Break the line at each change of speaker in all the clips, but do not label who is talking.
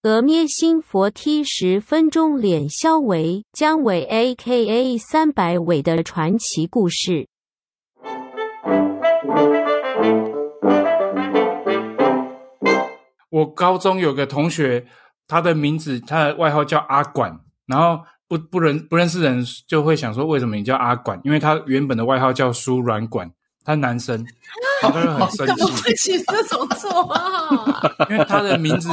峨咩星佛踢十分钟脸肖维姜维 （A.K.A. 三百尾）的传奇故事。
我高中有个同学，他的名字他的外号叫阿管，然后不不认不认识人就会想说为什么你叫阿管？因为他原本的外号叫输卵管，他男生，他就会很生
怎么
气，
会取这种绰号？
因为他的名字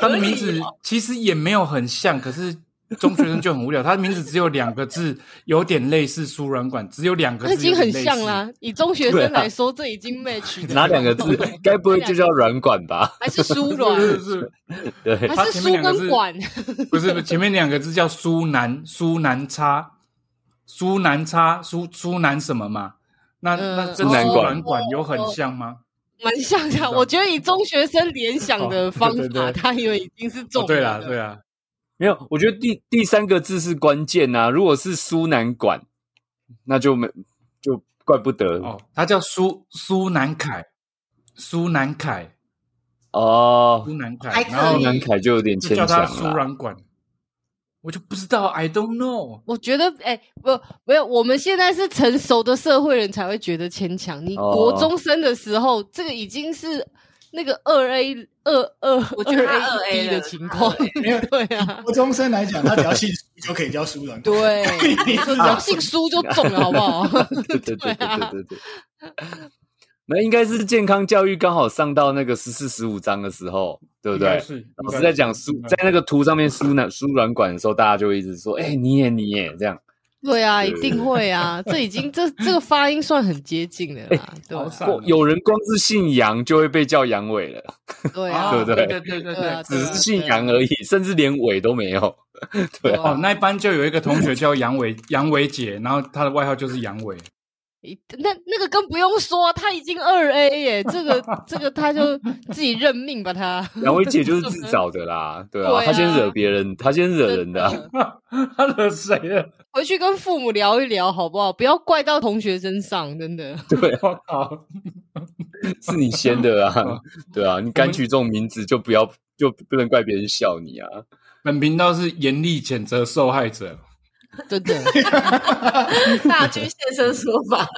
他的名字
不合理哦
其实也没有很像，可是中学生就很无聊。他的名字只有两个字，有点类似输卵管，只有两个
那
字，
已经
有点
很
类
像
似
啦。以中学
对啊
生来说，这已经 match 了
哪两个字？该不会就叫软 管吧？
还是输卵，
是是
对，
他
还是
前
输
面两个
跟
字
管？
是， 不是不是前面两个字叫苏南苏南差，苏南差苏苏南什么嘛？那
嗯
那跟
苏南
输
管
卵管有很像吗？
蛮像的啊。我觉得以中学生联想的方
哦对对对
法，他以为已经是中
哦，
了。
对啦对啦，
没有，我觉得第第三个字是关键呐、如果是苏南管，那就没就怪不得哦
哦，他叫苏苏南凯，苏南凯，苏南凯，
还可以
然后
哦苏南凯就有点
就
牵
叫
强
他输
了。
卵管，我就不知道，I don't know。
我觉得，哎、不，没有，我们现在是成熟的社会人才会觉得牵强。你
哦
国中生的时候，这个已经是那个二 A 二二，
我觉得他
A
2A
一
了
的情况，
没有
对啊，
国中生来讲，他只要姓苏就可以叫苏人。
对，啊
你
只
知
要
道
哦姓苏就中 了，好不好？
对对对对
对啊
对 对对。
啊
那应该是健康教育刚好上到那个十四十五章的时候，对不
应该
对？
是
老师在讲输
应该
在
是
那个图上面输卵输卵管的时候，大家就会一直说：“哎、你也你也这样。
对啊，
对
一定会啊，这已经这这个发音算很接近的
哎
啦，对
好
啊
傻
过有人光是姓杨就会被叫杨伟了，
对
啊
啊，
对不对
对对对
对啊
只是姓杨而已，甚至连伟都 没有。
对啊
哦，那一班就有一个同学叫杨伟，杨伟姐，然后她的外号就是杨伟。
一那那个更不用说，他已经二 A 耶，这个这个他就自己认命吧，他
杨伟姐就是自找的啦，对
对
啊，
啊
她先惹别人，她先惹人
真
的啊。
的
他惹谁啊了？
回去跟父母聊一聊好不好？不要怪到同学身上，真的。
对啊，
我靠！
是你先的啊
嗯，
对啊，你敢取这种名字就不要，就不能怪别人笑你啊。
本频道是严厉谴责受害者。
真的，
大居现身说法，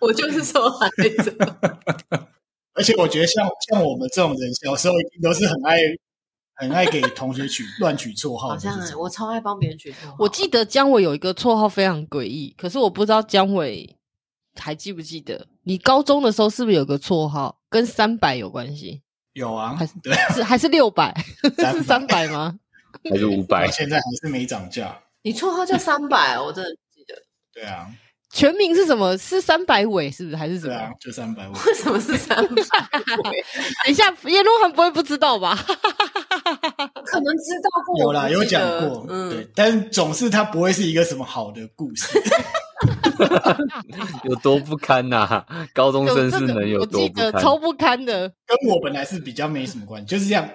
我就是受害者。
而且我觉得像像我们这种人，小时候一定都是很爱很爱给同学取乱取绰号
好
的
像欸
这种。
我超爱帮别人取绰号。
我记得姜伟有一个绰号非常诡异，可是我不知道姜伟还记不记得。你高中的时候是不是有个绰号跟三百有关系？
有啊
还是，
对，
是还是六百？
300
是三百吗？
还是五百
到，现在还是没涨价。
你绰号叫三百，哦我真的不记得。
对啊，
全名是什么？是三百尾是不是？还是什
对
么？
啊，就三百五。
为什么是 三百？
等一下，叶洛涵不会不知道 吧？
可能知道过，
有啦，
我不
有
记
讲
得
过，对
嗯，，
但总是它不会是一个什么好的故事。
有多不堪呐？高中生
这
是
个
能有
我
多
记
不
得
堪？
超不堪的。
跟我本来是比较没什么关系，就是这样。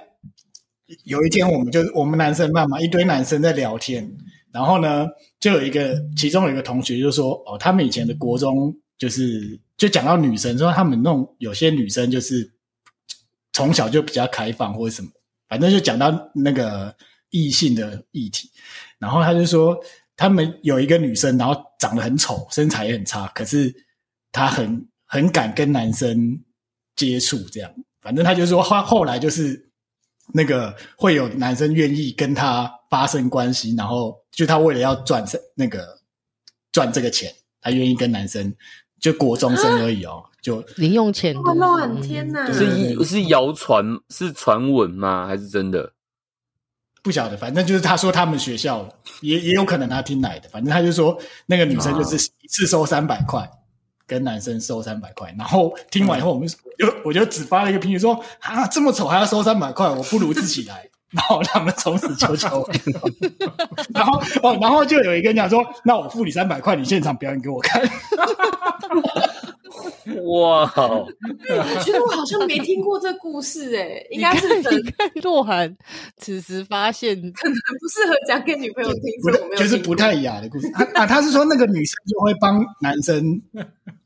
有一天，我们就我们男生班嘛，一堆男生在聊天，然后呢，就有一个其中有一个同学就说：“哦，他们以前的国中就是就讲到女生，说他们那种有些女生就是从小就比较开放或者什么，反正就讲到那个异性的议题。”然后他就说，他们有一个女生，然后长得很丑，身材也很差，可是她很很敢跟男生接触，这样。反正他就说，后后来就是那个会有男生愿意跟她发生关系，然后就她为了要赚这那个赚这个钱，她愿意跟男生就国中生而已哦，就
零用钱嗯
哇，乱天 哪！
对
是是谣传是传闻吗？还是真的？
不晓得，反正就是他说他们学校的也也有可能他听来的，反正他就说那个女生
啊
就是啊一次收三百块，跟男生收三百块，然后听完以后我们就我就我就只发了一个评语说啊这么丑还要收三百块，我不如自己来，然后他们从此求求我，然后哦然后就有一个人讲说那我付你三百块，你现场表演给我看，
哇，
啊
我觉得我好像没听过这故事，哎，应
你
该
看，
是很
你看洛涵此时发 现，
很不适合讲给女朋友听，
不
所以 我没有
就是
听过
不太雅的故事啊啊他是说那个女生就会帮男生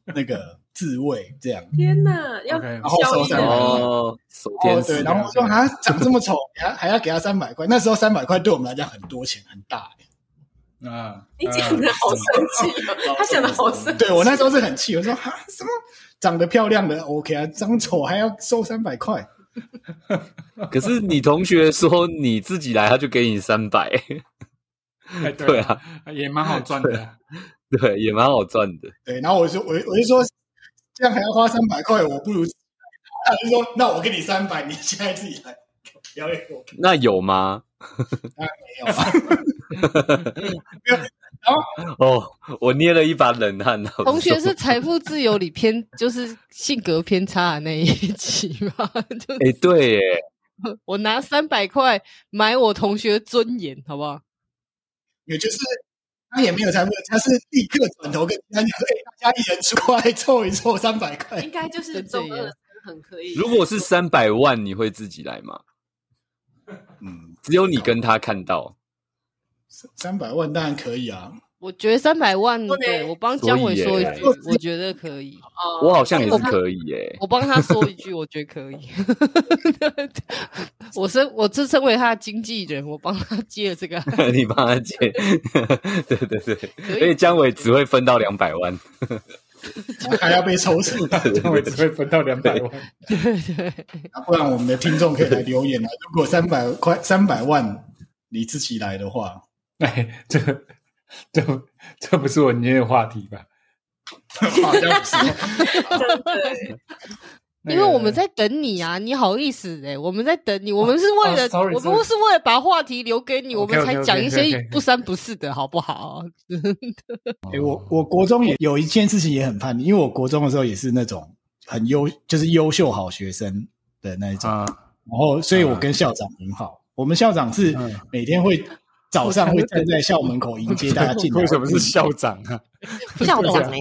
那个自慰这样。
天哪，要
OK
交易
然后手上
了，
哦，手天
哦，
使
对，，然后说他长这么丑，还要还要给他三百块，那时候三百块对我们来讲很多钱，很大、欸
啊，
你
嗯
讲的好生气 哦，他讲的好生气
对。我那时候是很气，我说哈什么长得漂亮的 OK 啊，长丑还要收三百块，
啊可是你同学说你自己来，他就给你三百，
哎对
对啊，
也蛮好赚的。啊
对，也蛮好赚的。
对，然后我就我我就说这样还要花三百块，我不如他就说那我给你三百，你现在自己来表演我
那有吗？
没有啊，
哦，我捏了一把冷汗。老实
同学
说
是财富自由里偏，就是性格偏差的那一集嘛。 就
哎、对耶，
我拿三百块买我同学尊严，好不好？
也就是他也没有财富，他是立刻转头跟他讲说，哎、大家一人出块凑一凑三百块
应，该就是中二生很可以。
如 果是三百万，你会自己来吗？
嗯，
只有你跟他看到，
三百万当然可以啊，
我觉得三百万，
不能
对我帮姜伟说一句
所以耶，哎
我觉得可以。
哦
我好像也是可以耶。
我帮他说一句，我觉得可以。 我身我这身为他的经纪人，我帮他接了这 个案，
你帮他借， 对对对，
可
而
以
且姜伟只会分到两百万，
还要被抽成。
我只会分到两百万，
对对，
啊 不然我们的听众可以来留言啊。 如果三百块、三百万你自己来的话，
哎，这个这个这不是我今天的话题吧？
好像不是。
真的耶
那
因
个
为我们在等你啊，你好意思哎、我们在等你，我们是为了、
哦，sorry，
我
sorry
们是为了把话题留给你，我们
OK，OK，OK，
才讲一些
OK，OK
不三不四的好不好？
诶我我国中也有一件事情也很叛逆，因为我国中的时候也是那种很优，就是优秀好学生的那一种。
啊，
然后，所以我跟校长很好。我们校长是
嗯
每天会早上会站在校门口迎接大家进 来。
为什么是校长啊？
校长哎、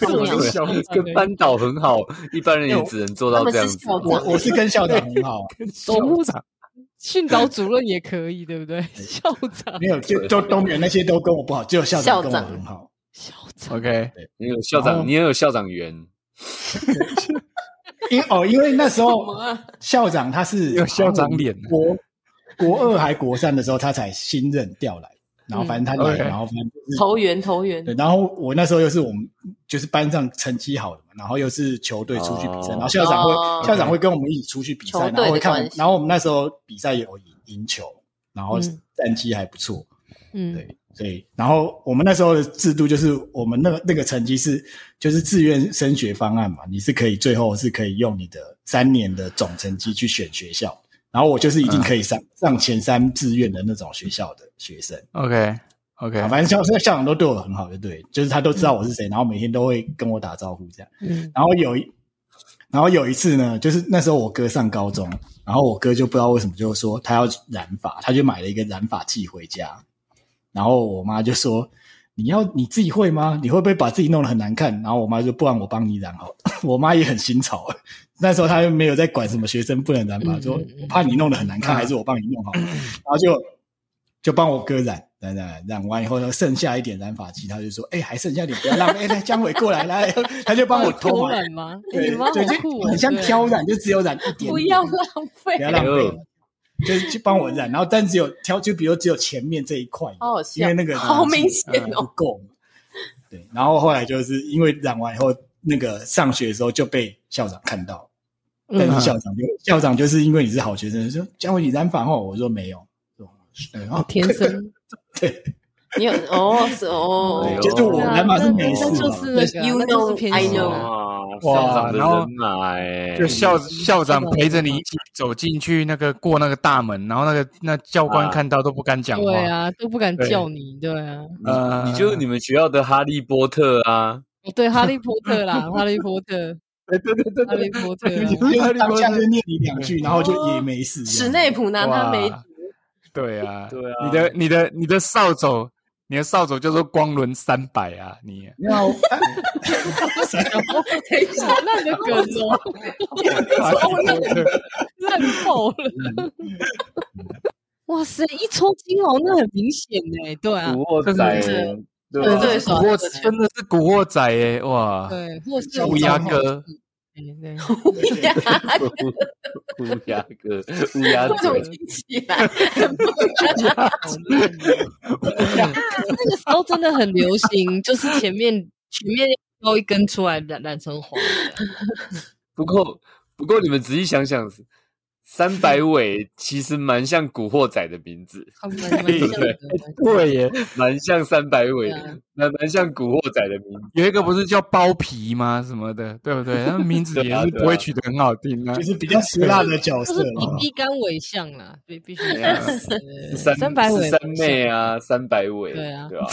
为什
重
么
啊
要
是校长？
跟班导很好，一般人也只能做到这样子。
他们是校
我
长
我是跟校长 很好，
守护长、训导主任也可以，对不对？校长、
没有就都东园那些都跟我不好，只有校长跟我很好。
校长，
OK，
你有校
然后
哦
长，你也有校长员，
因哦，因为那时 候
啊
校长他是
有校长脸
哦
啊
国国二还国三的时候他才新任调来，然后反正他来，
嗯，OK
然后反正就是
投缘投缘
对，然后我那时候又是我们就是班上成绩好的嘛，然后又是球队出去比赛，
哦
然后校长会、
哦
校长会跟我们一起出去比
球
赛，
队
然后会
的
看我们
关，系
然后我们那时候比赛有赢赢球，然后
嗯
战绩还不错，
嗯，
对，所以然后我们那时候的制度就是，我们那个那个成绩是就是志愿升学方案嘛，你是可以最后是可以用你的三年的总成绩去选学校，然后我就是一定可以上、上前三志愿的那种学校的学生。
OK OK，
啊，反正校校长都对我很好，就对，就是他都知道我是谁，然后每天都会跟我打招呼这样。
嗯
然后有一，然后有一次呢，就是那时候我哥上高中，然后我哥就不知道为什么就说他要染发，他就买了一个染发剂回家，然后我妈就说：“你要你自己会吗？你会不会把自己弄得很难看？”然后我妈就：“不然我帮你染好了。” 我妈也很新潮，那时候她又没有在管什么学生不能染发，
嗯
说
嗯嗯
我怕你弄得很难看，还是我帮你弄好，然后就就帮我哥染。染染染完以后呢，剩下一点染发剂，他就说：“哎、还剩下一点，不要浪费。哎来，姜伟过来，来，他就帮我 偷买
懒吗？哎
对，
你妈好
就就
酷哦，
很像
对
挑染，就只有染一点点，
啊不要浪费
不，要浪费
哎，
就是去帮我染，然后但只有挑，就比如只有前面这一块，
好好笑
因为那个
哦
嗯
好明显
染剂不
哦。
够嘛。对，然后后来就是因为染完以后，那个上学的时候就被校长看到，
嗯
但是校长就、校长就是因为你是好学生，说姜伟你染发哦后，我说没有，然后
天生
你有哦是哦，
哎呦
就是我染发是没事
啊那就
嘛，
是那个啊
You
那就是
know
偏
哎
哎
I
心
know
啊
哇，
哦哇
校长的
然后
人马哎，
就校校长陪着你一起走进去那个过那个大门，然后那个那教官看到都不敢讲话。
对啊，都不敢叫你，对啊，
呃，
你就是你们学校的哈利波特啊，
哦，对，哈利波特啦，哈利波 特，
对对对对
哈利波特 啊，
就是当下就念你两句，然后就也没事这样。
史哦内普拿他没
哇对啊，
对啊
你的你的你的扫帚，你的扫帚叫做光轮三百啊，你
没有，
等一下，
好烂的梗哦，烂爆 了！
嗯
哇塞，一抽筋哦，那很明显呢。对啊，
古惑仔
这
哦，对
对
啊
吧？
对
古惑真的是古惑仔哎，哇，
对，或是
乌
乌
哦
鸦
哥，
对，
乌鸦 哥，乌鸦
为什么
嘴，
听起来？
哦
啊
啊那个时候真的很流行，就是前面前面挑一根出来染染成黄的，
不过，不过你们仔细想想，三百尾其实蛮像《古惑仔》的名字，
他们他们像的
对耶，
蛮像三百尾
对啊
的，蛮蛮像《古惑仔》的名字。
有一个不是叫包皮吗？什么的，对不对？那名字
啊
也是不会取得很好听啊
就。是比较辛辣的角
就
色
是
啦
比逼干尾像啦，对，必须
哦对啊
是对
十三
三百尾
十三妹啊，三百尾，
对啊
对吧？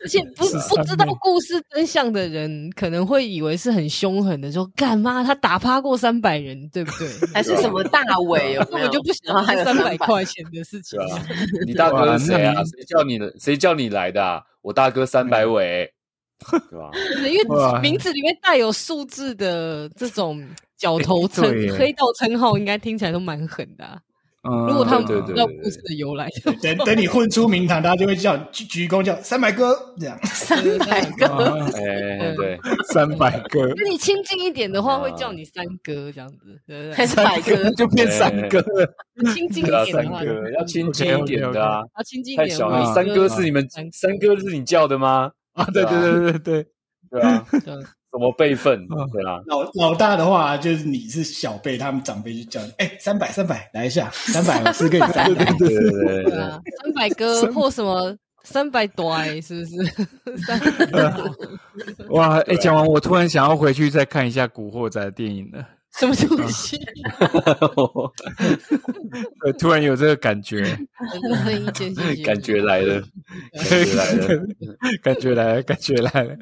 而且不不知道故事真相的人，可能会以为是很凶狠的，说干嘛他打趴过三百人，对 不对？
还是什么大尾有
根
没
本
有？
就不
然
想
后还有
三百
300，
块钱的事情
对。啊，你大哥是谁啊
哇那？
谁叫你的？谁叫你来的啊？我大哥三百尾， 对啊吧？
对因为
哇
名字里面带有数字的这种角头称、
对耶
黑道称号，应该听起来都蛮狠的啊、
嗯
如果他们
对对
不
对
知道故事的由来，
等等你混出名堂，大家就会叫你鞠鞠躬，叫三百哥这样。
三百
个
啊
哎，
嗯
对，
三百个，
那你亲近一点的话，
啊
会叫你三哥这样子，对不对？
还是百哥？
就变三个了。
亲近一
对啊，
点
三
的话，
哥要亲近一点的啊，
要亲近一
太
点的
小
话。
了。
啊
三哥是你们
三，
三哥是你叫的吗？
啊，对对对对对，
对啊，
对啊
什么辈分
嗯？
对 啊，
老老大的话，就是你是小辈，他们长辈就叫你，哎、三百三百来一下，三百我是给你三百。
对对对对
对
对
啊，三百哥或什么三百短，是不是？ 三百短
哇！哎，
啊
讲完我突然想要回去再看一下《古惑仔》的电影了，
什么东西？哦
呃突然有这个感觉，
啊
真的是一件事情
感觉来了，感觉来了。
感觉来了，感觉来了。